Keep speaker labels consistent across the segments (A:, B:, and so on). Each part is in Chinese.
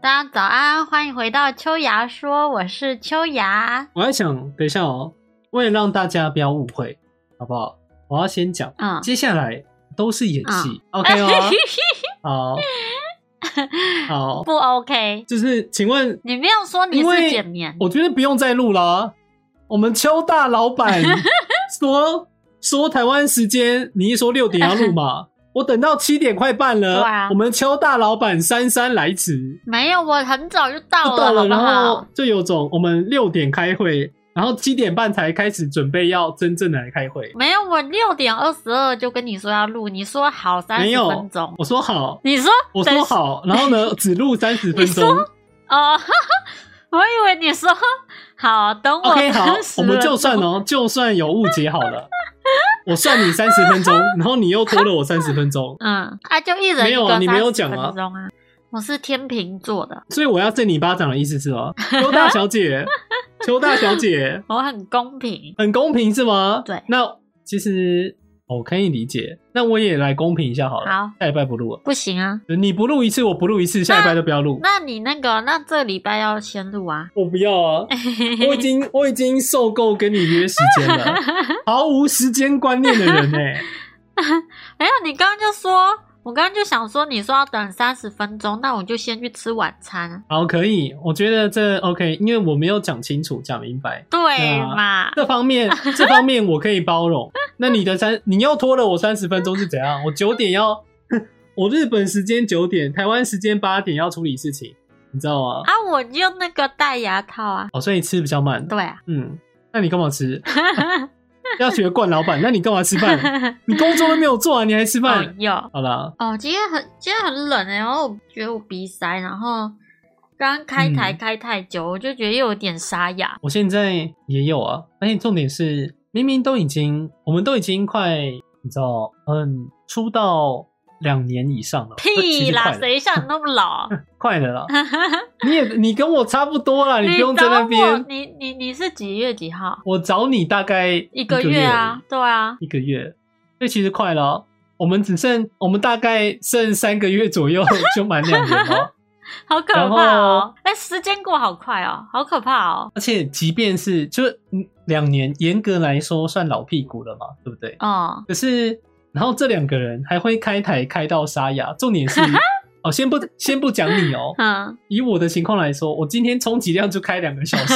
A: 大家早安，欢迎回到秋芽说，我是秋芽。
B: 我在想，等一下哦，为了让大家不要误会，好不好？我要先讲，
A: 嗯
B: 接下来都是演戏、o
A: 啊
B: k 吗？好，好，
A: 不 OK？
B: 就是请问，
A: 你没有说你
B: 因
A: 是
B: 为
A: 简棉，
B: 我觉得不用再录了啊。我们邱大老 板说说台湾时间，你一说六点要录 嘛，我等到七点快半了。
A: 对啊
B: 我们邱大老板姗姗来迟，
A: 没有，我很早就到
B: 就
A: 了，
B: 到了，然
A: 好不
B: 后
A: 好？
B: 就有种我们六点开会，然后七点半才开始准备要真正的来开会。
A: 没有，我六点二十二就跟你说要录，你说好三
B: 没
A: 十
B: 有
A: 分钟，
B: 我说好，
A: 你说
B: 我
A: 等
B: 说好，然后呢， 只录三十分
A: 你
B: 钟
A: 说。哦， 我以为你说好，等我
B: OK，好
A: 三，十
B: 我们就算哦，就算有误解好了，我算你三十 分钟，然后你又拖了我三十分钟，
A: 嗯啊，就一人
B: 没有
A: 一个
B: 你没有讲
A: 30
B: 啊
A: 分钟啊。我是天秤座的，
B: 所以我要震你巴掌的意思是吗？邱大小 姐，邱大小姐，
A: 我很公平。
B: 很公平是吗？
A: 对
B: 那其实哦我可以理解，那我也来公平一下好了。
A: 好，
B: 下礼拜不录了，
A: 不行啊，
B: 你不录一次，我不录一次，下礼拜都不要录。
A: 那你那个，那这礼拜要先录啊。
B: 我不要啊！我已经我已经受够跟你约时间了，毫无时间观念的人欸呢、
A: 没有，你刚刚就说，我刚刚就想说，你说要等三十分钟，那我就先去吃晚餐。
B: 好，可以，我觉得这 OK，因为我没有讲清楚、讲明白
A: 对
B: 对啊
A: 嘛？
B: 这方面，这方面我可以包容。那你的三，你又拖了我三十分钟是怎样？我九点要， 我日本时间九点，台湾时间八点要处理事情，你知道吗？
A: 啊，我就那个戴牙套啊。
B: 哦，所以你吃比较慢。
A: 对 啊，
B: 嗯，那你干嘛吃？要学惯老板，那你干嘛吃饭？你工作都没有做啊，你还吃
A: 哦
B: 饭？
A: 有
B: 好啦，
A: 哦，今天很今天很冷欸然后我觉得我鼻塞，然后刚刚开台
B: 嗯
A: 开太久，我就觉得又有点沙哑。
B: 我现在也有啊，而且重点是，明明都已经，我们都已经快，你知道，嗯，出道两年以上了，呃 其
A: 屁
B: 实快
A: 啦，
B: 了
A: 谁像你那么老？
B: 快了啦？你也你跟我差不多 啦，你不用在
A: 找
B: 那
A: 我，
B: 边。
A: 你你你是几月几号？
B: 我找你大概
A: 一
B: 个
A: 个
B: 月
A: 月啊，对啊，
B: 而已，一个月，所以其实快了哦、我们只剩我们大概剩三个月左右 就满两年了，哦
A: 好可
B: 然后
A: 怕哦！哎，时间过好快哦，好可怕哦。
B: 而且即便是就是嗯两年，严格来说算老屁股了嘛，对不对？
A: 哦，
B: 可是，然后这两个人还会开台开到沙哑，重 点是，哦，先不先不讲你哦，
A: 嗯，
B: 以我的情况来说，我今天充其量就开两个小 时，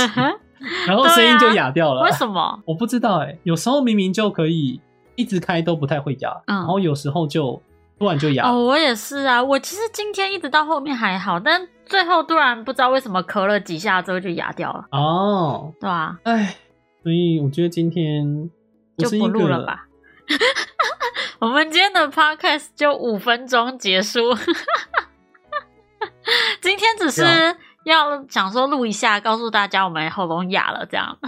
B: 然后声音就哑掉了。
A: 啊为什么？
B: 我不知道哎、有时候明明就可以一直开都不太会哑，
A: 嗯
B: 然后有时候就突然就哑。
A: 哦，我也是啊。我其实今天一直到后面还好，但最后突然不知道为什么咳了几下之后就哑掉了，
B: 哦，
A: 对啊，
B: 哎，所以我觉得今天
A: 就
B: 不
A: 不录了。吧。 我们今天的 podcast 就五分钟结束。 今天只
B: 对啊
A: 是要想说录一下，告诉大家我们喉咙哑了，这样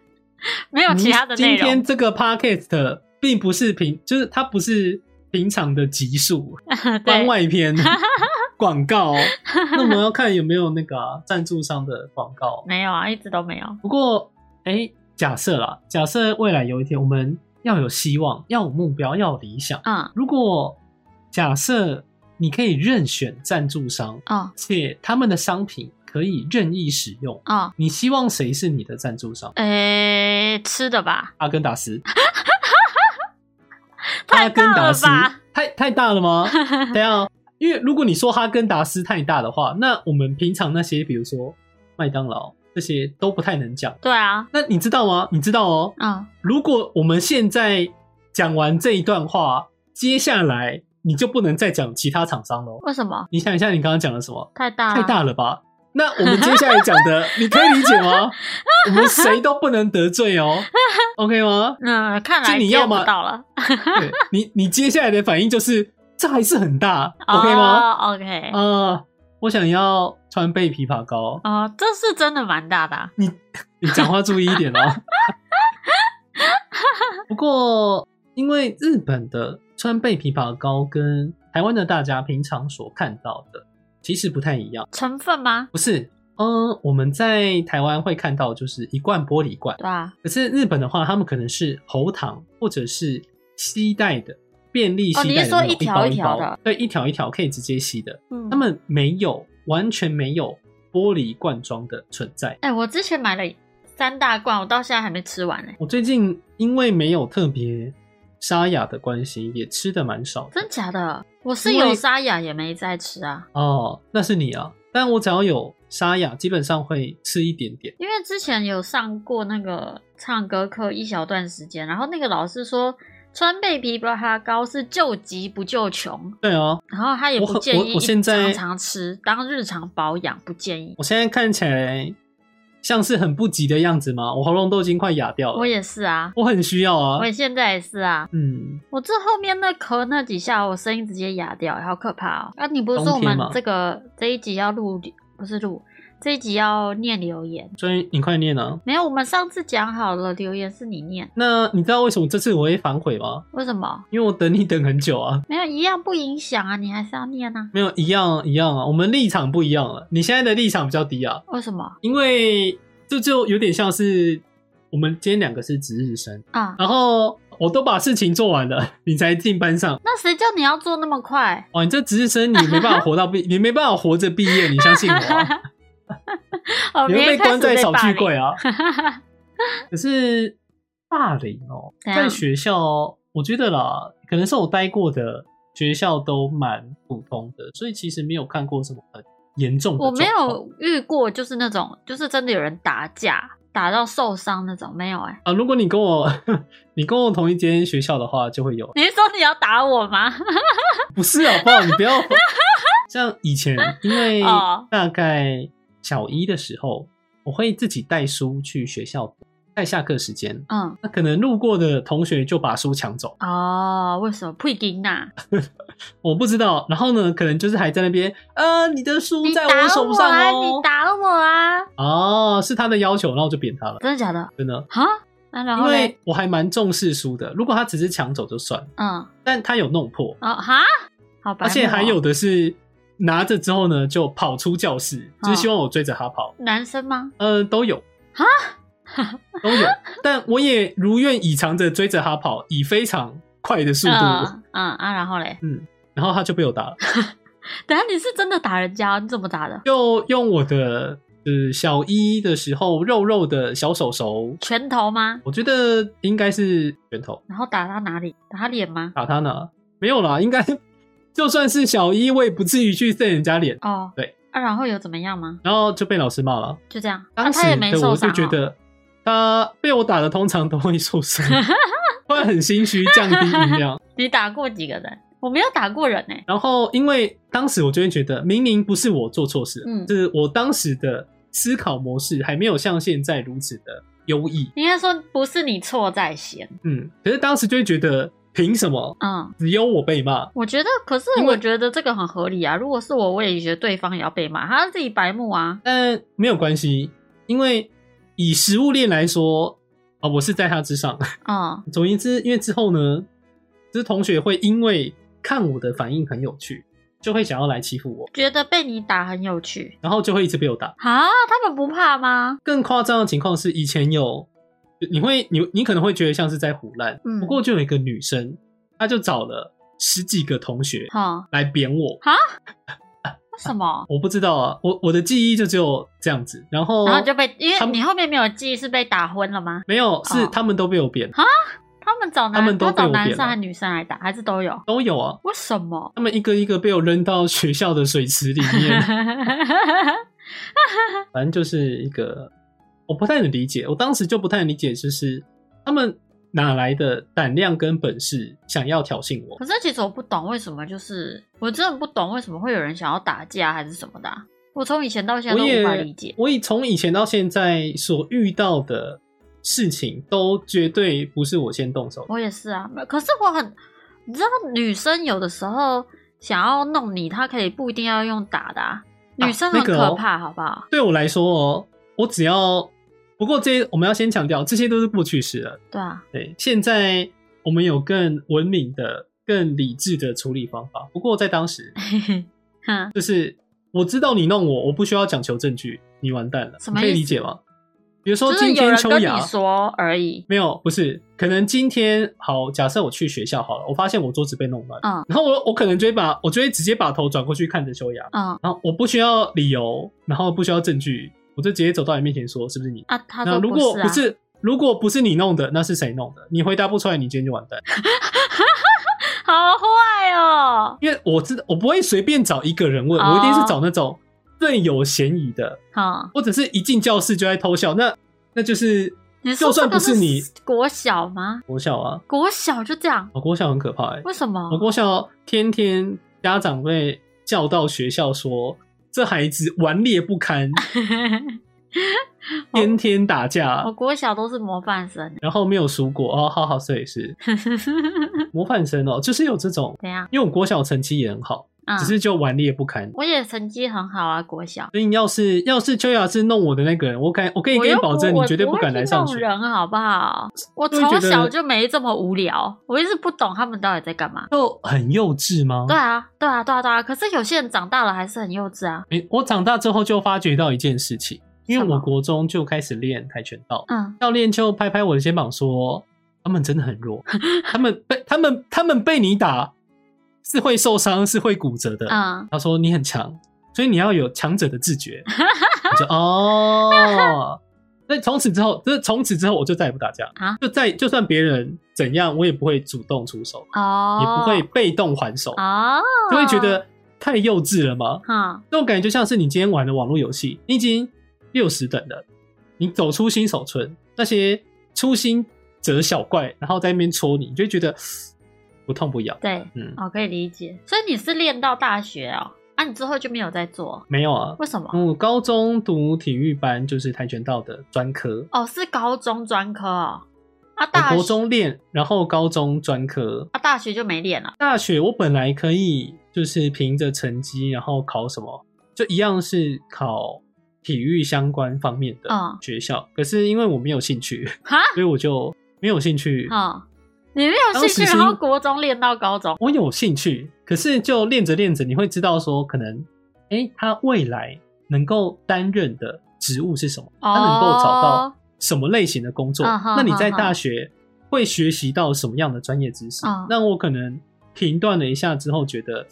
A: 没有其他的内
B: 今天
A: 容。
B: 这个 podcast 并不是平，就是它不是平常的集数，番
A: 啊对，
B: 外篇 广告。那我们要看有没有那个啊赞、助商的广告。
A: 没有啊，一直都没有。
B: 不过，哎、假设啦，假设未来有一天我们要有希望，要有目标，要有理想。
A: 嗯，
B: 如果假设你可以任选赞助商，
A: 哦
B: 且他们的商品可以任意使用，
A: 哦，
B: 你希望谁是你的赞助商？
A: 诶，吃的吧，
B: 阿根达斯，
A: 太
B: 阿根
A: 大
B: 达
A: 了
B: 斯
A: 吧？
B: 太太大 了吗？对啊，因为如果你说哈根达斯太大的话，那我们平常那些比如说麦当劳这些都不太能讲。
A: 对啊，
B: 那你知道吗？你知道哦，
A: 嗯，
B: 如果我们现在讲完这一段话，接下来你就不能再讲其他厂商喽。
A: 为什么
B: 你想一下，你刚刚讲了什么？
A: 太大了？
B: 太大了吧？那我们接下来讲的， 你可以理解吗？我们谁都不能得 罪哦，OK 吗？
A: 嗯，看来
B: 是你
A: 接
B: 要
A: 不
B: 吗
A: 到了
B: 对你你接下来的反应就是，这还是很大，OK 吗？
A: 哦？OK，
B: 啊、我想要川贝枇杷 膏，
A: 哦，这是真的蛮大的啊。
B: 你讲话注意一点哦。 不过，因为日本的川贝枇杷膏跟台湾的大家平常所看到的其实不太一样，
A: 成分吗？
B: 不是？嗯，我们在台湾会看到就是一罐玻璃罐，
A: 对啊，
B: 可是日本的话，他们可能是喉糖或者是吸带的便利
A: 哦
B: 吸
A: 你是
B: 带的
A: 说
B: 那种
A: 一条
B: 包
A: 一条
B: 包
A: 的
B: 对，一条一条可以直接吸的。
A: 嗯，
B: 他们没有完全没有玻璃罐装的存在。
A: 哎、我之前买了三大罐，我到现在还没吃完呢、
B: 我最近因为没有特别沙哑的关系，也吃的蛮少的
A: 真假的？我是
B: 因为
A: 有沙哑也没在吃啊，
B: 哦。那是你啊，但我只要有沙哑，基本上会吃一点点。
A: 因为之前有上过那个唱歌课一小段时间，然后那个老师说川贝枇杷哈膏是救急不救穷，
B: 对啊，
A: 然后他也
B: 我
A: 不
B: 很
A: 建
B: 我
A: 议
B: 我现
A: 一
B: 在
A: 常常吃，当日常保养不建议。
B: 我现在看起来像是很不急的样子吗？我喉咙都已经快哑掉了。
A: 我也是啊，
B: 我很需要啊
A: 我。现在也是啊。
B: 嗯，
A: 我这后面那咳那几下，我声音直接哑掉，好可怕哦！啊，你不是说我
B: 冬天
A: 们
B: 嘛
A: 这个这一集要录，不是录这一集要念留言？
B: 所以你快念啊。
A: 没有，我们上次讲好了，留言是你念，
B: 那你知道为什么这次我会反悔吗？
A: 为什么？
B: 因为我等你等很久啊。
A: 没有一样不影响啊，你还是要念啊？
B: 没有一样一样啊，我们立场不一样了。你现在的立场比较低啊，
A: 为什么
B: 因为这就有点像是我们今天两个是值日生，
A: 啊？
B: 然后我都把事情做完了， 你才进班上。
A: 那谁叫你要做那么快？
B: 哦，你这值日生你没办法活到毕， 你没办法活着毕业，你相信我、 啊，
A: 哦，
B: 你
A: 明
B: 会被
A: 哦天开始
B: 关在
A: 被
B: 小
A: 霸
B: 巨
A: 凌。
B: 柜 啊。可是霸凌哦，
A: 怎
B: 在
A: 样
B: 学校，我觉得啦，可能是我待过的学校都蛮普通的，所以其实没有看过什么很严重的。
A: 我没，
B: 哦
A: 有遇过，就是那种，就是真的有人打架打到受伤那种，没有哎、
B: 啊，如果你跟我 你跟我同一间学校的话，就会有。
A: 你是说你要打我 吗？
B: 不是啊，不好？你不要像以前，因 为
A: 哦
B: 大概小一的时候，我会自己带书去学校，在下课时间，
A: 嗯，
B: 那可能路过的同学就把书抢走，
A: 哦，为什么不一定啊呐？
B: 我不知道。然后呢，可能就是还在那边，呃，你的书
A: 你
B: 在
A: 打
B: 我手
A: 我
B: 上
A: 啊！
B: 哦
A: 你。打我啊！
B: 哦，是他的要求，然后我就扁他了，
A: 真的假的？
B: 真的。
A: 哈？那然
B: 因
A: 后嘞？
B: 为我还蛮重视书的，如果他只是抢走就算了，
A: 嗯，哦
B: 但他有弄破，
A: 哈？好白目哦，
B: 而且还有的是拿着之后呢，就跑出教室，
A: 哦
B: 就是希望我追着他跑。
A: 男生吗？
B: 呃，都有
A: 哈，
B: 都有。但我也如愿以偿的追着他跑，以非常快的速度，
A: 嗯嗯啊，然后嘞？
B: 然后他就被我打了，
A: 等一下你是真的打人家？你怎么打的？
B: 就用我的呃小一的时候肉肉的小手手，
A: 拳头吗？
B: 我觉得应该是拳头
A: 然后打他哪里？打他脸吗？
B: 打他呢，没有啦，应该 就算是小一，我也不至于去扇人家脸，
A: 哦，
B: 对。
A: 啊，然后有怎么样吗？
B: 然后就被老师骂了。
A: 就这样。啊，
B: 当时
A: 他也没
B: 的
A: 受
B: 我
A: 伤
B: 就
A: 哦。
B: 觉得，他被我打的通常都会 受伤，会很心虚，降低音量。
A: 你打过几个人？我没有打过人呢、欸
B: 然后因为当时我就会觉得，明明不是我做错事，啊
A: 嗯
B: 就是我当时的思考模式还没有像现在如此的优异，
A: 应该说不是你错在先。
B: 嗯，可是当时就会觉得，凭什么
A: 嗯，
B: 只有我被骂？
A: 我觉得，可是
B: 因为
A: 我觉得这个很合理啊。如果是我，我也觉得对方也要被骂，他自己白目啊。
B: 但没有关系，因为以食物链来说，啊、我是在他之上。
A: 嗯
B: 总而言之，因为之后呢，就是同学会因为看我的反应很有趣，就会想要来欺负我，
A: 觉得被你打很有趣
B: 然后就会一直被我打。
A: 啊？他们不怕吗？
B: 更夸张的情况是，以前有你会你你可能会觉得像是在胡乱，
A: 嗯
B: 不过就有一个女生，她就找了十几个同学
A: 哈、
B: 来扁我，
A: 为什么？
B: 我不知道啊，我我的记忆就只有这样子，然后
A: 然后就被，因
B: 他
A: 为
B: 们
A: 你后面没有记是被打昏了吗？
B: 没有是
A: 哦
B: 他们都被我扁，
A: 他们找男，
B: 他们都被
A: 找
B: 我
A: 男
B: 扁
A: 生
B: 了
A: 还是女生来打，还是都有？
B: 都有啊，
A: 为什么？
B: 他们一个一个被我扔到学校的水池里 面，嗯反正就是一个我不太能理解，我当时就不太能理解，就是他们哪来的胆量跟本事，想要挑衅我
A: 可？是其实我不懂为什么，就是我真的不懂为什么会有人想要打架还是什么的啊、我从以前到现在
B: 我
A: 都无
B: 也
A: 法理解。
B: 我以从以前到现在所遇到的事情，都绝对不是我先动手的。
A: 我也是啊，可是我很，你知道，女生有的时候想要弄你，她可以不一定要用打的、啊，女生很
B: 那个哦
A: 可怕，好不好？
B: 对我来说哦，我只要不过这些我们要先强调，这些都是过去式了。
A: 对啊，
B: 对，现在我们有更文明的、更理智的处理方法。不过在当时，
A: 哼，
B: 就是我知道你弄我，我不需要讲求证据，你完蛋了。
A: 什么
B: 你可以
A: 意思
B: 理解吗？比如说
A: 就是
B: 今
A: 有
B: 天
A: 人
B: 秋
A: 跟你
B: 雅
A: 说而已。
B: 没有，不是可能今天好，假设我去学校好了，我发现我桌子被弄乱，
A: 嗯
B: 然后我我可能就会把我就会直接把头转过去看着修雅，
A: 嗯
B: 然后我不需要理由，然后不需要证据，我就直接走到你面前说是不是你？
A: 啊，他
B: 那
A: 说
B: 如果
A: 是
B: 不
A: 啊，
B: 是如果不是你弄的，那是谁弄的？你回答不出来，你今天就完蛋。
A: 好坏哦，
B: 因为我知道我不会随便找一个人问，
A: 哦
B: 我一定是找那种更有嫌疑的，
A: 好，
B: 或者是一进教室就在偷笑，那那就是
A: 你说
B: 就算
A: 这个
B: 不是你
A: 国小吗？
B: 国小啊，
A: 国小就这样，
B: 我国小很可怕哎、
A: 为什么
B: 我？国小天天家长会叫到学校说这孩子顽劣 不堪，天天打
A: 我
B: 架，
A: 国小都是模范生，
B: 然后没有输过哦，好好，所以 是
A: 嗯
B: 模范生哦，就是有这种，
A: 怎样？
B: 因为我国小成绩也很好，
A: 啊、
B: 只是就顽劣不堪。
A: 我也成绩很好啊，国小。
B: 所以要是要是秋雅是弄我的那个人，我敢我可以
A: 我
B: 跟你
A: 又
B: 保证，你
A: 我
B: 绝对
A: 不
B: 不敢
A: 会
B: 来
A: 去
B: 上
A: 弄
B: 学。
A: 人好不好？我
B: 就会觉
A: 从
B: 得
A: 小就没这么无聊，我一直不懂他们到底在干嘛。
B: 就很幼稚吗？
A: 对啊，对啊，对啊，对啊。可是有些人长大了还是很幼稚啊。
B: 诶我长大之后就发觉到一件事情，因为
A: 什么
B: 我国中就开始练跆拳道，
A: 嗯，
B: 教练就拍拍我的肩膀说：“他们真的很 弱，他们被他们他们被你打是会受伤，是会骨折的。
A: 嗯，
B: 他说：“你很强，所以你要有强者的 自觉。”我就哦，所以从此之后，就是从此之后我就再也不打架
A: 啊
B: 就再就算别人怎样，我也不会主动出手，
A: 哦，
B: 也不会被动还手，
A: 哦，
B: 就会觉得太幼稚了吗？
A: 哈，
B: 这种感觉就像是你今天玩的网络游戏，你已经六十等了，你走出新手村，那些粗心者小怪，然后在那边戳你，你就会觉得不痛不痒。
A: 对，
B: 嗯，
A: 哦，可以理解。所以你是练到大学哦，啊，你之后就没有再做，
B: 没有啊，
A: 为什么？
B: 我高中读体育班就是跆拳道的专科，
A: 哦，是高中专科哦，啊，大
B: 我
A: 学
B: 国中练，然后高中专科，
A: 啊，大学就没练了。
B: 大学我本来可以就是凭着成绩，然后考什么，就一样是考体育相关方面的
A: 嗯
B: 学校，可是因为我没有兴趣，
A: 哈，
B: 所以我就没有兴趣。
A: 哦，你没有兴
B: 当时
A: 趣，
B: 是
A: 然后
B: 因
A: 国中练到高中，
B: 我有兴趣，可是就练着练着，你会知道说，可能，哎、他未来能够担任的职务是什么，他能够找
A: 哦
B: 到什么类型的工作。
A: 嗯哼
B: 那你在
A: 哼哼
B: 大学会学习到什么样的专业知识？
A: 嗯
B: 那我可能评断了一下之后，觉得嗯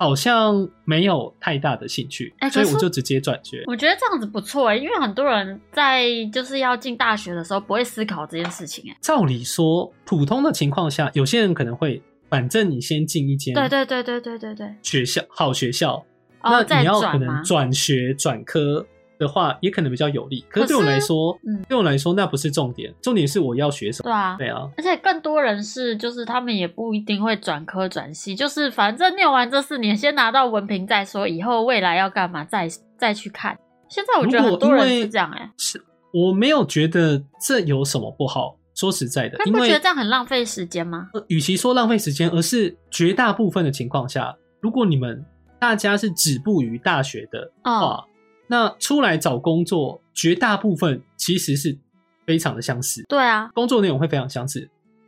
B: 好像没有太大的兴趣，
A: 哎
B: 所
A: 可
B: 以
A: 是
B: 我就直接转学。
A: 我觉得这样子不错哎、因为很多人在就是要进大学的时候不会思考这件事情哎、
B: 照理说，普通的情况下，有些人可能会，反正你先进一间
A: 对对对对对对对，
B: 学校，好学校。
A: 哦，
B: 那
A: 再
B: 你要可
A: 转吗
B: 能？转学转科的话，也可能比较有利。可是对我
A: 可是
B: 来说，
A: 嗯
B: 对我来说那不是重点，重点是我要学什
A: 对
B: 么。
A: 啊，
B: 对啊，
A: 而且更多人是就是他们也不一定会转科转系，就是反正念完这四年先拿到文凭再说，以后未来要干嘛再再去看。现在我觉得
B: 如
A: 很
B: 果
A: 多
B: 因
A: 人
B: 为
A: 是这样哎、欸，
B: 是我没有觉得这有什么不好。说实在的，
A: 可你
B: 因
A: 不觉得
B: 为
A: 这样很浪费时间吗？
B: 呃与其说浪费时间，而是绝大部分的情况下，如果你们大家是止步于大学的
A: 哦
B: 话，那出来找工作，绝大部分其实是非常的相似。
A: 对啊，
B: 工作内容会非常相似。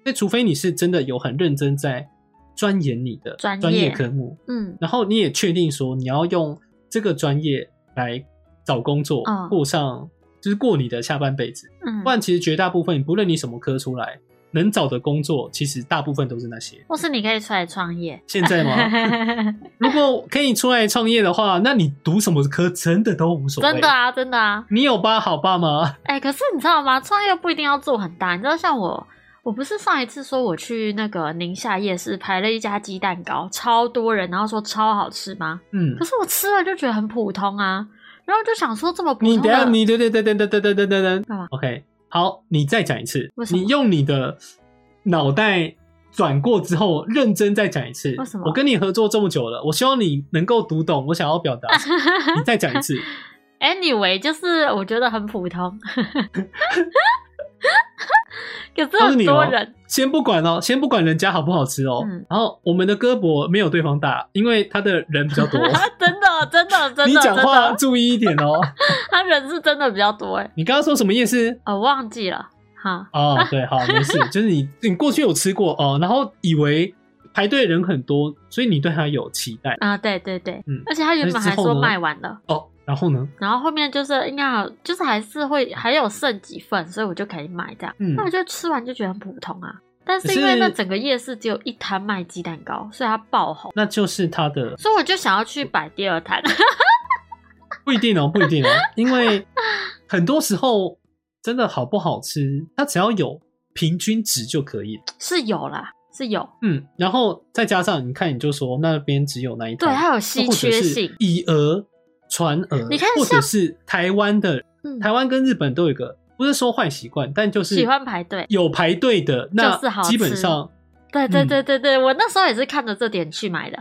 B: 所以，除非你是真的有很认真在钻研你的
A: 专业
B: 专业科目，
A: 嗯，
B: 然后你也确定说你要用这个专业来找工作，
A: 嗯
B: 过上就是过你的下半辈子。
A: 嗯
B: 不，然，其实绝大部分不论你什么科出来，能找的工作其实大部分都是那些。
A: 或是你可以出来创 业。
B: 现 在嘛，如果可以出来创业的话，那你读什么科真的都无所谓。
A: 真的啊，真的啊，
B: 你有爸好爸吗？
A: 哎、可是你知道吗？创业不一定要做很大，你知道像我，我不是上一次说我去那个宁夏夜市排了一家鸡蛋糕，超多人，然后说超好吃吗？
B: 嗯
A: 可，是我吃了就觉得很普通啊，然后就想说这么普
B: 你
A: 通
B: 等下，
A: 的，
B: 你等等等等等等等等等
A: 干嘛
B: ，OK，好，你再讲一次
A: 为，什么
B: 你用你的脑袋转过之后，认真再讲一次。
A: 为什么
B: 我跟你合作这么久了，我希望你能够读懂我想要 表达什么。你再讲一次，
A: anyway，就是我觉得很普 通，可是
B: 告诉
A: 很
B: 你
A: 多
B: 哦
A: 人，
B: 先不管哦，先不管人家好不好吃哦。
A: 嗯
B: 然后我们的胳膊没有对方大，因为他的人比较多。
A: 真的真的真
B: 你
A: 的
B: 讲
A: 真
B: 话
A: 的，
B: 注意一点哦。
A: 他人是真的比较多哎，
B: 你刚刚说什么意思？
A: 哦，忘记了哈，
B: 哦，对，好，没事，就是你你过去有吃过哦，然后以为排队人很多，所以你对他有期待
A: 啊、对对对，
B: 嗯
A: 而且他原
B: 那
A: 本
B: 之
A: 还
B: 后
A: 说
B: 呢
A: 卖完了，
B: 哦。然后呢？
A: 然后后面就是应该好，就是还是会还有剩几份，所以我就可以买这样。
B: 嗯
A: 那我就吃完就觉得很普通啊。但
B: 可
A: 是
B: 是
A: 因为那整个夜市只有一摊卖鸡蛋糕，所以它爆红，
B: 那就是它的
A: 所以我就想要去摆第二摊。
B: 不一定哦，不一定哦，因为很多时候真的好不好吃，它只要有平均值就可以了。
A: 是有啦，是有，
B: 嗯，然后再加上你看，你就说那边只哦有那一
A: 对，
B: 摊，
A: 它有稀
B: 或者
A: 缺
B: 是
A: 性。
B: 以讹传讹，
A: 你看
B: 或
A: 像
B: 者是台湾的，
A: 嗯，
B: 台湾跟日本都有一个，不是说坏习惯，但就是
A: 喜欢排队
B: 有排队的，那
A: 就是好吃
B: 基本上
A: 对对
B: 嗯
A: 对对对，我那时候也是看着这点去买的。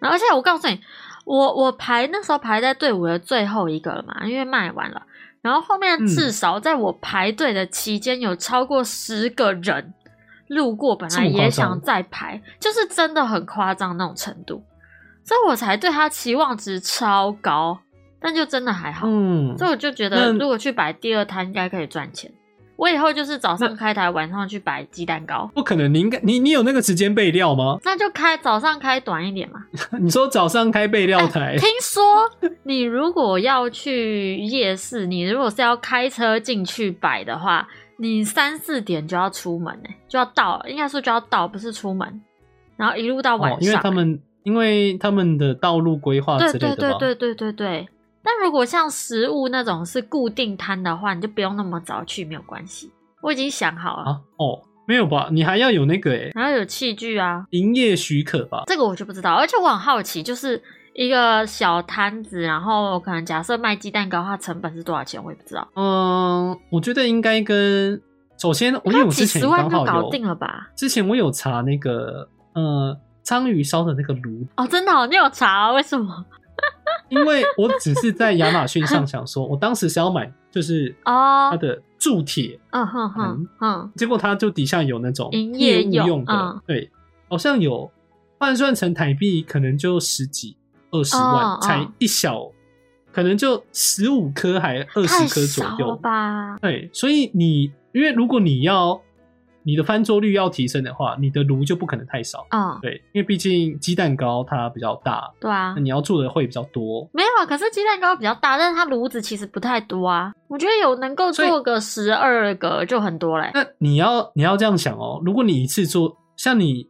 A: 然后而且我告诉你，我我排那时候排在队伍的最后一个了嘛，因为卖完了。然后后面
B: 嗯
A: 至少在我排队的期间，有超过十个人路过，本来
B: 这么夸
A: 也
B: 张
A: 想再排，就是真的很夸张那种程度，所以我才对它期望值超高，但就真的还好。
B: 嗯，
A: 所以我就觉
B: 那
A: 得，如果去摆第二摊，应该可以赚钱。我以后就是早上开台，晚上去摆鸡蛋糕，
B: 不可能。你应该你你有那个时间备料吗？
A: 那就开早上开短一点嘛。
B: 你说早上开备
A: 啊
B: 料台，
A: 听说你如果要去夜市，你如果是要开车进去摆的话，你三四点就要出门呢、就要到，应该说就要到，不是出门，然后一路啊到晚上、，
B: 哦
A: 欸
B: 因为他们因为他们的道路规划
A: 对
B: 之
A: 对
B: 类的
A: 对
B: 吧，
A: 对对对对。但如果像食物那种是固定摊的话，你就不用那么早去，没有关系。我已经想好了，
B: 啊，哦，没有吧？你还要有那个诶、
A: 然后有器具啊，
B: 营业许可吧？
A: 这个我就不知道，而且我很好奇，就是一个小摊子，然后可能假设卖鸡蛋糕，它成本是多少钱，我也不知道，
B: 嗯，我觉得应该跟首先，因为
A: 那
B: 我
A: 几
B: 之前
A: 十万
B: 刚
A: 就
B: 好
A: 搞
B: 有
A: 定了吧？
B: 之前我有查那个呃章鱼烧的那个炉，
A: 哦，真的、哦，你有查、为什么？
B: 因为我只是在亚马逊上想说，我当时是要买就是它
A: 哦，
B: 的铸铁，
A: 嗯哼哼哼，
B: 结果它就底下有那种
A: 营业
B: 业
A: 用
B: 务用的，
A: 嗯
B: 对，好像有换算成台币可能就十几二十万，
A: 哦
B: 才
A: 哦
B: 一小，可能就十五颗还二
A: 太
B: 十颗左
A: 少了
B: 右，
A: 吧？
B: 对，所以你因为如果你要你的翻桌率要提升的话，你的炉就不可能太少。
A: 嗯，
B: 对，因为毕竟鸡蛋糕它比较大，
A: 对啊
B: 那，你要做的会比较多。
A: 没有啊。可是鸡蛋糕比较大，但是它炉子其实不太多啊。我觉得有能够
B: 所以嗯
A: 做个十二个就很多嘞、
B: 那你要你要这样想哦，如果你一次做，像你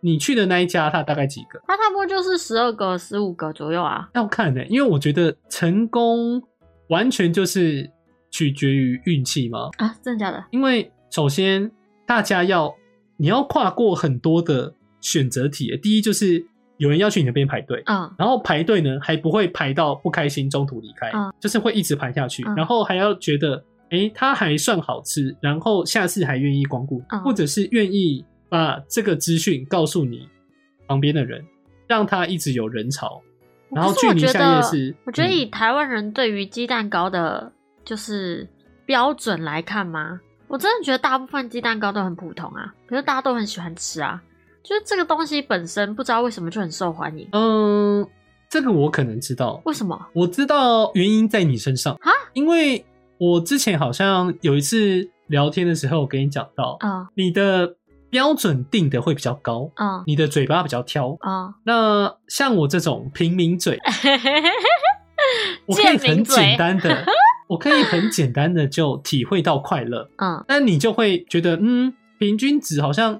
B: 你去的那一家，它大概几个？
A: 它差不多就是十二个、十五个左右啊。
B: 要看呢、因为我觉得成功完全就是取决于运气嘛。
A: 啊，真的假的？
B: 因为首先大家要你要跨过很多的选择题耶，第一就是有人要去你那边排队，
A: 嗯
B: 然后排队呢还不会排到不开心中途离开，
A: 嗯
B: 就是会一直排下去，
A: 嗯
B: 然后还要觉得诶它还算好吃，然后下次还愿意光顾，
A: 嗯
B: 或者是愿意把这个资讯告诉你旁边的人，让他一直有人潮，然后
A: 可是
B: 距
A: 我
B: 离
A: 觉
B: 下
A: 得
B: 夜市，
A: 我觉得
B: 嗯
A: 以台湾人对于鸡蛋糕的，就是标准来看嘛，我真的觉得大部分鸡蛋糕都很普通啊，可是大家都很喜欢吃啊。就是这个东西本身不知道为什么就很受欢迎，
B: 嗯，这个我可能知道，
A: 为什么？
B: 我知道原因在你身上
A: 啊，
B: 因为我之前好像有一次聊天的时候，我跟你讲到，
A: 嗯
B: 你的标准定的会比较高，
A: 嗯
B: 你的嘴巴比较挑。
A: 嗯，
B: 那像我这种平民嘴，我可以
A: 啊贱民
B: 很
A: 嘴
B: 简 单的，我可以很简单的就体会到快乐，
A: 嗯，
B: 但你就会觉得，嗯，平均值好像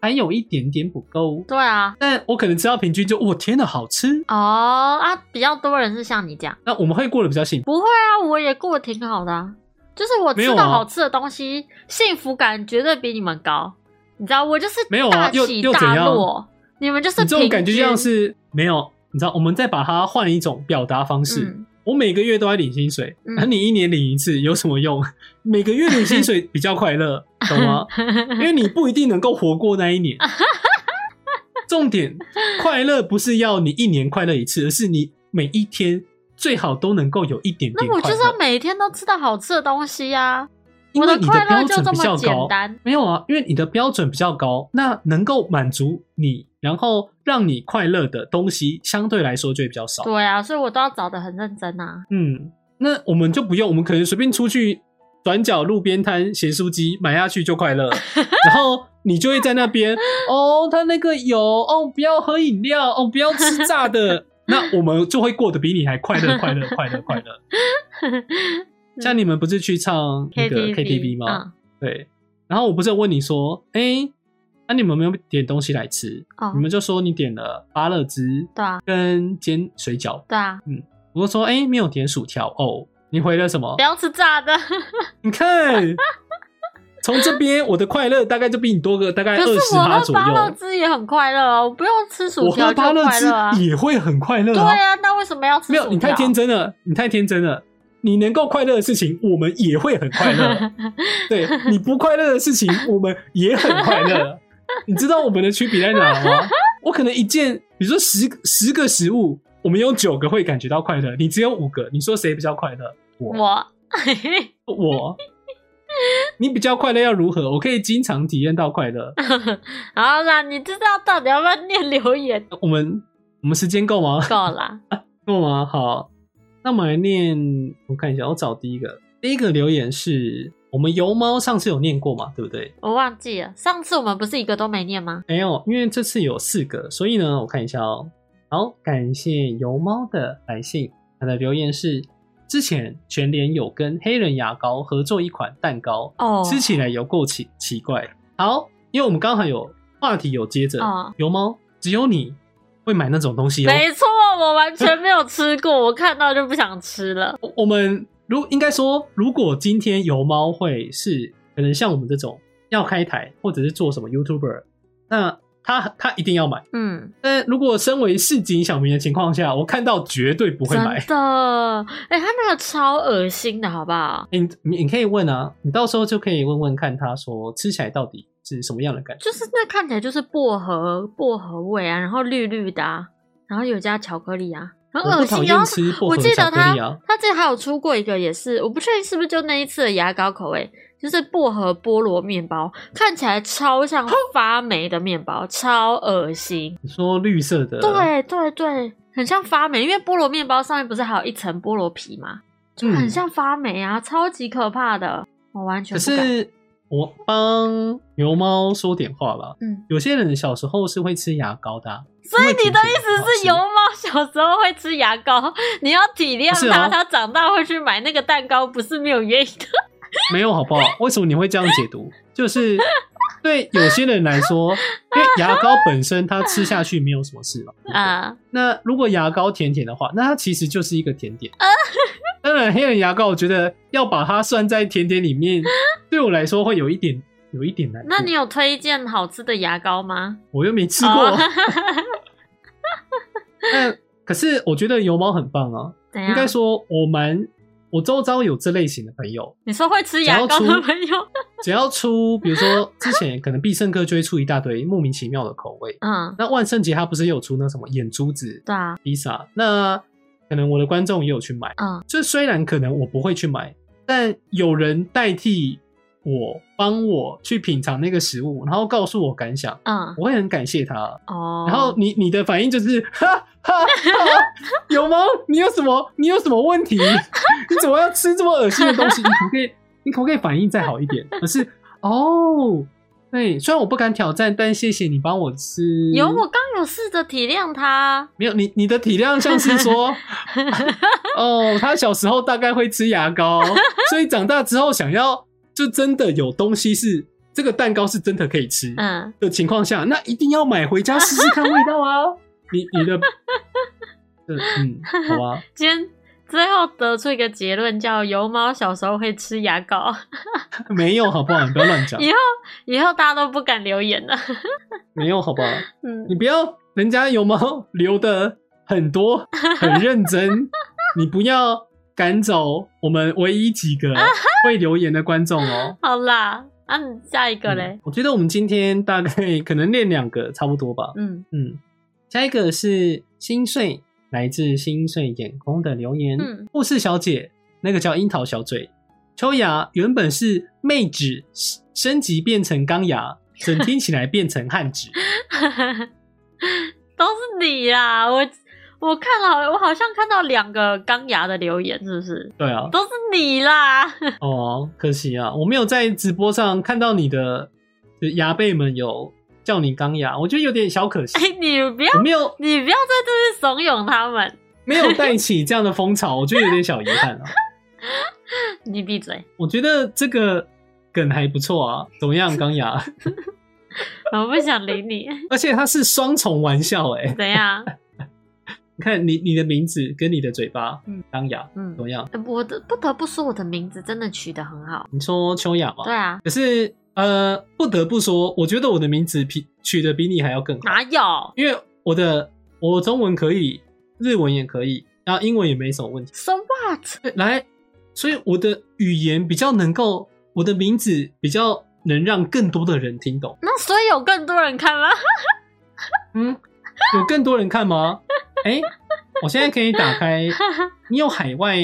B: 还有一点点不够。
A: 对啊。
B: 但我可能知道平均就，我天呐，好吃！
A: 哦啊，比较多人是像你这样，
B: 那我们会过得比较幸福。
A: 不会啊，我也过得挺好的、啊，就是我
B: 没
A: 吃
B: 有
A: 到
B: 啊
A: 好吃的东西，幸福感绝对比你们高。你知道，我就是
B: 没有啊
A: 大
B: 又
A: 起
B: 又怎
A: 大
B: 样
A: 落，你们就是
B: 你这种感觉
A: 平
B: 就
A: 均
B: 像是没有，你知道，我们再把它换一种表达方式。
A: 嗯
B: 我每个月都在领薪水，
A: 嗯
B: 那、你一年领一次有什么用？ 每个月领薪水比较快 乐，懂吗？因为你不一定能够活过那一年。重点，快乐不是要你一年快乐一次，而是你每一天最好都能够有一点点
A: 那
B: 快乐。
A: 我就是要每天都吃到好吃的东西呀、
B: 因
A: 我
B: 为
A: 的
B: 你
A: 快
B: 标
A: 乐就
B: 准
A: 这
B: 比较
A: 么简
B: 高。
A: 单。
B: 没有啊，因为你的标准比较高，那能够满足你，然后让你快乐的东西，相对来说就会比较少。
A: 对啊，所以我都要找的很认真啊。
B: 嗯，那我们就不用，我们可能随便出去转角路边摊咸酥鸡买下去就快乐，然后你就会在那边哦，他那个有哦，不要喝饮料哦，不要吃炸的，那我们就会过得比你还快乐，快乐，快乐，快乐。像你们不是去唱那个 KTV 吗？
A: 嗯
B: 对。然后我不是有问你说，哎、那、你们有没有点东西来吃？
A: 哦
B: 你们就说你点了芭乐汁
A: 对啊，
B: 跟煎水饺。
A: 对啊，
B: 我就说，哎、没有点薯条哦。你回了什么
A: 不？要吃炸
B: 哦
A: 的。
B: 你看，从这边我的快乐大概就比你多个大概
A: 可
B: 二
A: 是
B: 十
A: 我
B: 趴
A: 喝
B: 左
A: 芭乐
B: 右。
A: 汁也很快乐啊，我不用吃薯
B: 我
A: 条
B: 喝
A: 就
B: 芭乐
A: 快乐啊。
B: 汁也会很快乐
A: 对啊，
B: 啊。
A: 那为什么要吃薯
B: 没
A: 条？
B: 有，你太天真了，你太天真了。你能够快乐的事情，我们也会很快 乐。对你不快乐的事情，我们也很快 乐。你知道我们的区别在哪吗？我可能一件，比如说十十个食物，我们有九个会感觉到快乐，你只有五个。你说谁比较快乐？我
A: 我
B: 我，你比较快乐要如何？我可以经常体验到快乐。
A: 好啦，你知道到底要不要念留言？
B: 我们我们时间够吗？
A: 够啦，
B: 够吗？好，那我们来念，我看一下，我找第一个，第一个留言是我们油猫上次有念过嘛，对不对？
A: 我忘记了，上次我们不是一个都没念吗？
B: 没有，因为这次有四个，所以呢，我看一下哦。好，感谢油猫的来信，他的留言是：之前全联有跟黑人牙膏合作一款蛋糕，
A: 哦，
B: 吃起来有够奇奇怪。好，因为我们刚好有话题有接着，
A: 哦
B: 油猫只有你会买那种东西哦。
A: 没错，我完全没有吃过，我看到就不想吃 了。
B: 我我们如应该说，如果今天油猫会是可能像我们这种要开台或者是做什么 YouTuber，那他他一定要买。
A: 嗯，
B: 但如果身为市井小民的情况下，我看到绝对不会
A: 真
B: 买。
A: 的，哎、他那个超恶心的，好不好？
B: 诶你你你可以问啊，你到时候就可以问问看他说吃起来到底是什么样的感觉。
A: 就是那看起来就是薄荷薄荷味啊，然后绿绿的、啊，然后有加巧克力啊，很
B: 我
A: 恶
B: 不讨
A: 心。然
B: 厌
A: 后
B: 吃薄
A: 我
B: 荷
A: 记
B: 巧
A: 得
B: 克
A: 他
B: 力啊，
A: 他之前还有出过一个，也是我不确定是不是就那一次的牙膏口味，就是薄荷菠萝面包，看起来超像发霉的面包，超恶心。
B: 你说绿色的，
A: 对对对，很像发霉，因为菠萝面包上面不是还有一层菠萝皮嘛，就很
B: 嗯
A: 像发霉啊，超级可怕的，我完全
B: 可
A: 不敢。
B: 是我帮牛猫说点话吧。
A: 嗯，
B: 有些人小时候是会吃牙膏的啊、
A: 所以
B: 因为
A: 你
B: 甜
A: 的
B: 甜
A: 意
B: 很好
A: 思是
B: 吃
A: 油猫小时候会吃牙膏，你要体谅
B: 不是
A: 它，
B: 啊
A: 它长大会去买那个蛋糕，不是没有原因的。
B: 没有好不好？为什么你会这样 解读？就是对有些人来说，因为牙膏本身它吃下去没有什么事嘛。啊，
A: 啊，
B: 那如果牙膏甜甜的话，那它其实就是一个甜点。当然，黑人牙膏我觉得要把它算在甜点 里面，对我来说会有一点有一点难度。
A: 那你有推荐好吃的牙膏吗？
B: 我又没吃过
A: 哦，
B: 但可是我觉得油猫很棒啊。
A: 怎
B: 应
A: 样
B: 该？说我蛮我周遭有这类型的朋友，
A: 你说会吃牙膏
B: 只要
A: 的
B: 出
A: 朋 友？
B: 只要出，比如说之前可能必胜客就会出一大堆莫名其妙的口味。
A: 嗯，
B: 那万圣节它不是也有出那什么眼珠子
A: 对啊，
B: 披萨？那可能我的观众也有去买。
A: 嗯，
B: 就虽然可能我不会去买，但有人代替我帮我去品尝那个食物，然后告诉我感想，
A: 嗯，
B: 我会很感谢他。
A: 哦。
B: 然后你你的反应就是哈哈哈，有吗？你有什么你有什么问题？ 你怎么要吃这么恶心的东西？你可不可以你可不可以反应再好一点？可是哦，对，虽然我不敢挑战，但谢谢你帮我吃。
A: 有，我刚有试着体谅他。
B: 没有？你你的体谅像是 说哦，他小时候大概会吃牙膏，所以长大之后想要就真的有东西是这个蛋糕是真的可以吃。
A: 嗯，
B: 的情况下，那一定要买回家试试看味道啊！你你的，嗯嗯，好吧，
A: 今天最后得出一个结论，叫油猫小时候会吃牙膏，
B: 没有好不好？你不要乱讲，
A: 以后以后大家都不敢留言了。
B: 没有好不好？
A: 嗯，
B: 你不要人家有猫留的很多，很认真，你不要赶走我们唯一几个会留言的观众哦。
A: 好啦，那、你下一个
B: 嗯
A: 嘞？
B: 我觉得我们今天大概可能练两个差不多吧。
A: 嗯
B: 嗯，下一个是心碎，来自心碎眼空的留言。
A: 嗯，
B: 护士小姐，那个叫樱桃小嘴，秋雅原本是妹子，升级变成钢牙，整听起来变成汉子。
A: 都是你啦，我。我看了，我好像看到两个钢牙的留言，是不是？
B: 对啊，
A: 都是你啦！ 哎
B: 哦，可惜啊，我没有在直播上看到你的牙贝们有叫你钢牙，我觉得有点小可惜
A: 哎、。你不要
B: 我，没有
A: 你不要在这边怂恿他们，
B: 没有带起这样的风潮，我觉得有点小遗憾啊。
A: 你闭嘴，
B: 我觉得这个梗还不错啊，怎么样，钢牙？
A: 我不想理你。
B: 而且它是双重玩笑哎、
A: 怎样？
B: 你看你你的名字跟你的嘴巴，
A: 嗯
B: 钢牙
A: 嗯
B: 怎，么样？
A: 我的不得不说，我的名字真的取得很好。
B: 你说秋雅嘛？
A: 对啊，
B: 可是呃，不得不说，我觉得我的名字比取的比你还要更好，
A: 哪有？
B: 因为我的我中文可以，日文也可以，然后英文也没什么问题。
A: So what？
B: 对来，所以我的语言比较能够，我的名字比较能让更多的人听懂。
A: 那所以有更多人看吗？
B: 嗯，有更多人看吗？哎、我现在可以打开，你有海外，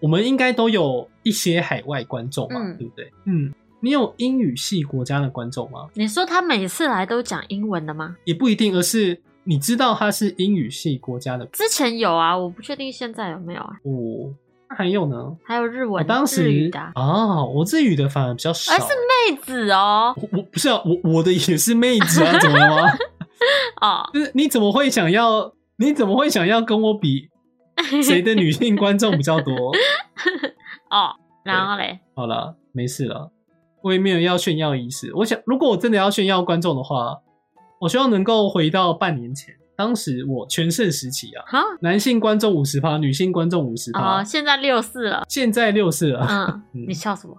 B: 我们应该都有一些海外观众嘛，
A: 嗯
B: 对不对？嗯，你有英语系国家的观众吗？
A: 你说他每次来都讲英文的吗？
B: 也不一定，而是你知道他是英语系国家的
A: 之前有啊，我不确定现在有没有啊。
B: 哦。那还有呢，
A: 还有日
B: 我
A: 文、
B: 当时
A: 日语的、啊，
B: 哦，我日语的反而比较少
A: 而、。是妹子哦。
B: 我我不是啊，我我的也是妹子啊，怎么了吗？
A: 哦，
B: 就是你怎么会想要？你怎么会想要跟 我比谁的女性观众比较多？
A: 哦，然后嘞，
B: 好了，没事了，我也没有要炫耀意思。我想，如果我真的要炫耀观众的话，我希望能够回到半年前，当时我全盛时期啊，
A: 哈，
B: 男性观众五十趴，女性观众五十趴
A: 哦，，现在六四 了，
B: 现在六四了，
A: 嗯，
B: 嗯
A: 你笑什么？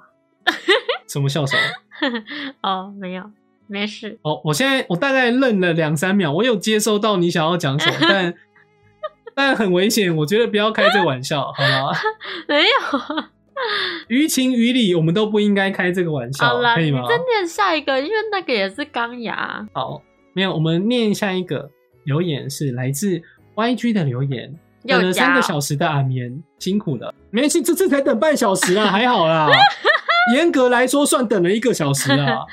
B: 什么笑什么？
A: 哦，没有，没事，
B: 哦，我现在我大概愣了两三秒，我有接收到你想要讲 什么，但但很危险，我觉得不要开这个 玩笑，好吗？
A: 没有。
B: 于情于理，我们都不应该开这个玩
A: 好
B: 笑，
A: 了，
B: 可
A: 你
B: 以吗？
A: 再念下一个，因为那个也是钢牙。
B: 好，没有，我们念下一个留言是来自 YG 的留言，
A: 又
B: 等了
A: 加
B: 三
A: 哦
B: 个小时的阿棉，辛苦了。没关系，这次才等半小 时啊，还好啦。严格来说，算等了一个小 时啊。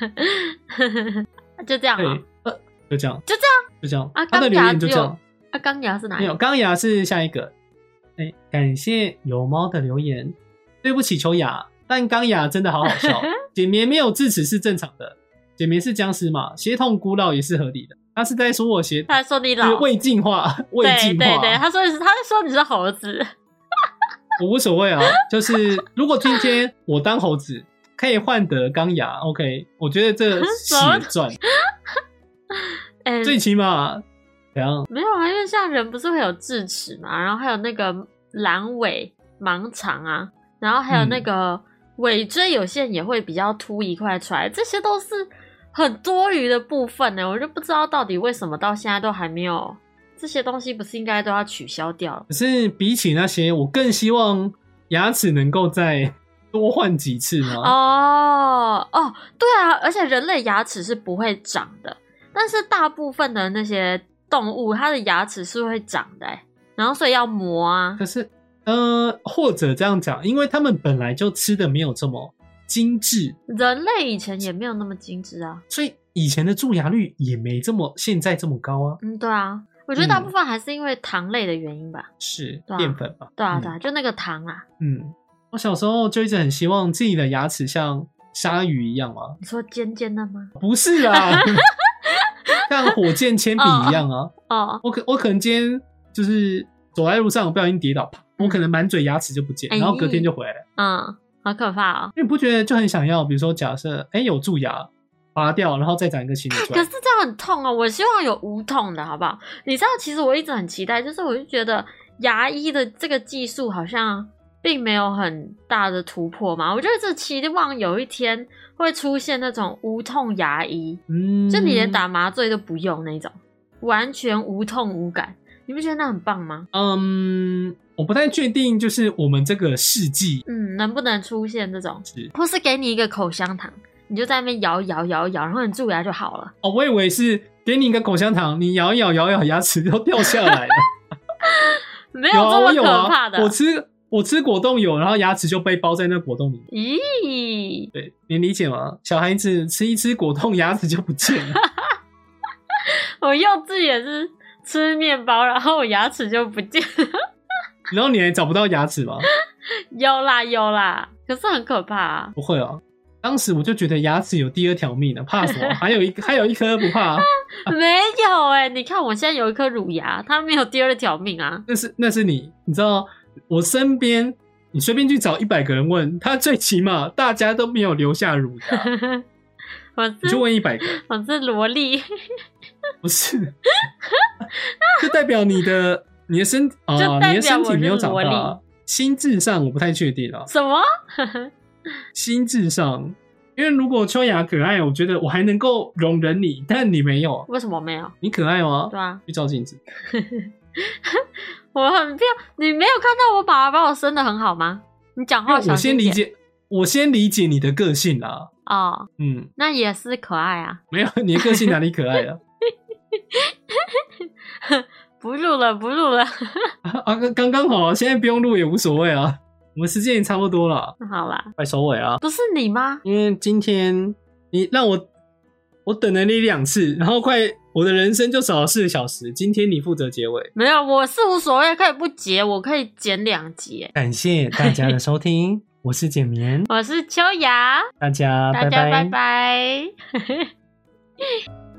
A: 就这样
B: 对
A: 啊。，
B: 呃，就这样，
A: 就
B: 这样，就这样。
A: 啊
B: 他的
A: 钢
B: 留
A: 牙
B: 言就
A: 只
B: 这
A: 有
B: 样，
A: 啊，钢牙是哪
B: 没
A: 一
B: 有
A: 个？
B: 钢牙是下一个。哎、感谢有猫的留言，对不起秋雅，但钢牙真的好好 笑。简棉没有智齿是正常的，简棉是僵尸嘛，血统古老也是合理的。他是在说我血
A: 他还说你
B: 就是
A: 老，
B: 未进化，未
A: 对
B: 进化，
A: 对对，他说你是，他说你是猴子，
B: 我无所谓啊。就是如果今天我当猴子，可以换得钢牙，OK，我觉 得这
A: 什么嗯
B: 血赚，
A: 哎，
B: 最起码怎样？
A: 没有啊，因为像人不是会有智齿嘛，然后还有那个阑尾盲肠啊，然后还有那个尾椎有些人也会比较凸一块出来，这些都是很多余的部分呢、我就不知道到底为什么到现在都还没有这些东西，不是应该都要取消掉了？
B: 可是比起那些，我更希望牙齿能够再多换几次呢。
A: 哦哦，对啊，而且人类牙齿是不会长的，但是大部分的那些动物，它的牙齿是会长的、欸，然后所以要磨啊
B: 可。是，呃，或者这样讲，因为他们本来就吃的没有这么精致，
A: 人类以前也没有那么精致啊。
B: 所以以前的蛀牙率也没这么现在这么高啊。
A: 嗯，对啊，我觉得大
B: 嗯
A: 部分还是因为糖类的原因吧。
B: 是
A: 对啊
B: 淀粉嘛？
A: 对啊，
B: 嗯
A: 对啊，就那个糖啊，
B: 嗯，我小时候就一直很希望自己的牙齿像鲨鱼一样啊，
A: 你说尖尖的吗？
B: 不是啊， 像火箭铅笔一样啊。
A: 哦，
B: 我可我可能今天就是走在路上，我不小心跌倒，啪我可能满嘴牙齿就不见，
A: 嗯哎
B: 然后隔天就回来了。
A: 嗯，好可怕哦。
B: 因为你不觉得就很想要，比如说假设哎有蛀牙拔掉，然后再长一个新的出
A: 可
B: 来
A: 是，这样很痛哦，我希望有无痛的好不好？你知道，其实我一直很期待，就是我就觉得牙医的这个技术好像并没有很大的突破嘛，我就一直期望有一天会出现那种无痛牙医，
B: 嗯，
A: 就你连打麻醉都不用那种，完全无痛无感，你不觉得那很棒吗？
B: 嗯，我不太确定，就是我们这个世纪
A: 嗯，能不能出现这种？
B: 是
A: 或是给你一个口香糖，你就在那边摇摇摇摇，然后你蛀牙就好了。
B: 哦，我以为是给你一个口香糖，你咬一咬咬一咬，牙齿就掉下来了。
A: 没
B: 有啊，
A: 这么
B: 我有
A: 可怕的。
B: 啊。我吃我吃果冻有，然后牙齿就被包在那果冻里。
A: 咦，
B: 对，你理解吗？小孩子吃一吃果冻，牙齿就不见 了。
A: 我幼稚也是吃面包，然后我牙齿就不见了。
B: 然后你还找不到牙齿吗？
A: 有啦有啦，可是很可怕、啊。
B: 不会啊，当时我就觉得牙齿有第二条命了，怕什么？还有一还有一颗不怕，啊
A: 没有哎、你看我现在有一颗乳牙，它没有第二条命啊。
B: 那是那是你，你知道我身边，你随便去找一百个人问他，最起码大家都没有留下乳牙，
A: 我
B: 你就是问一百个，
A: 我是萝莉，
B: 不是，就代表你的你的身啊、
A: 就代表
B: 你的身体没有长
A: 我是萝
B: 大
A: 莉，
B: 心智上我不太确定了，
A: 什么？
B: 心智上。因为如果秋雅可爱，我觉得我还能够容忍你，但你没有，啊
A: 为什么没有？
B: 你可爱吗
A: 对？啊，
B: 去照镜子，
A: 我很漂，你没有看到我爸爸把我生的很好吗？你讲
B: 因
A: 话
B: 为我
A: 小心
B: 先理
A: 点
B: 解，我先理解你的个性啦。
A: 哦，
B: 嗯，
A: 那也是可爱啊。
B: 没有，你的个性哪里可爱了？啊
A: 不录了，不录了。
B: 啊，刚刚刚好啊，现在不用录也无所谓啊，我们时间也差不多了，
A: 那好啦，
B: 快收尾啊！
A: 不是你吗？
B: 因为今天你让我我等了你两次，然后快我的人生就少了四个小时，今天你负责结尾，
A: 没有，我是无所谓，可以不结，我可以剪两集欸。
B: 感谢大家的收听，我是简眠，
A: 我是秋雅，
B: 大家
A: 大
B: 拜
A: 家
B: 拜
A: 拜拜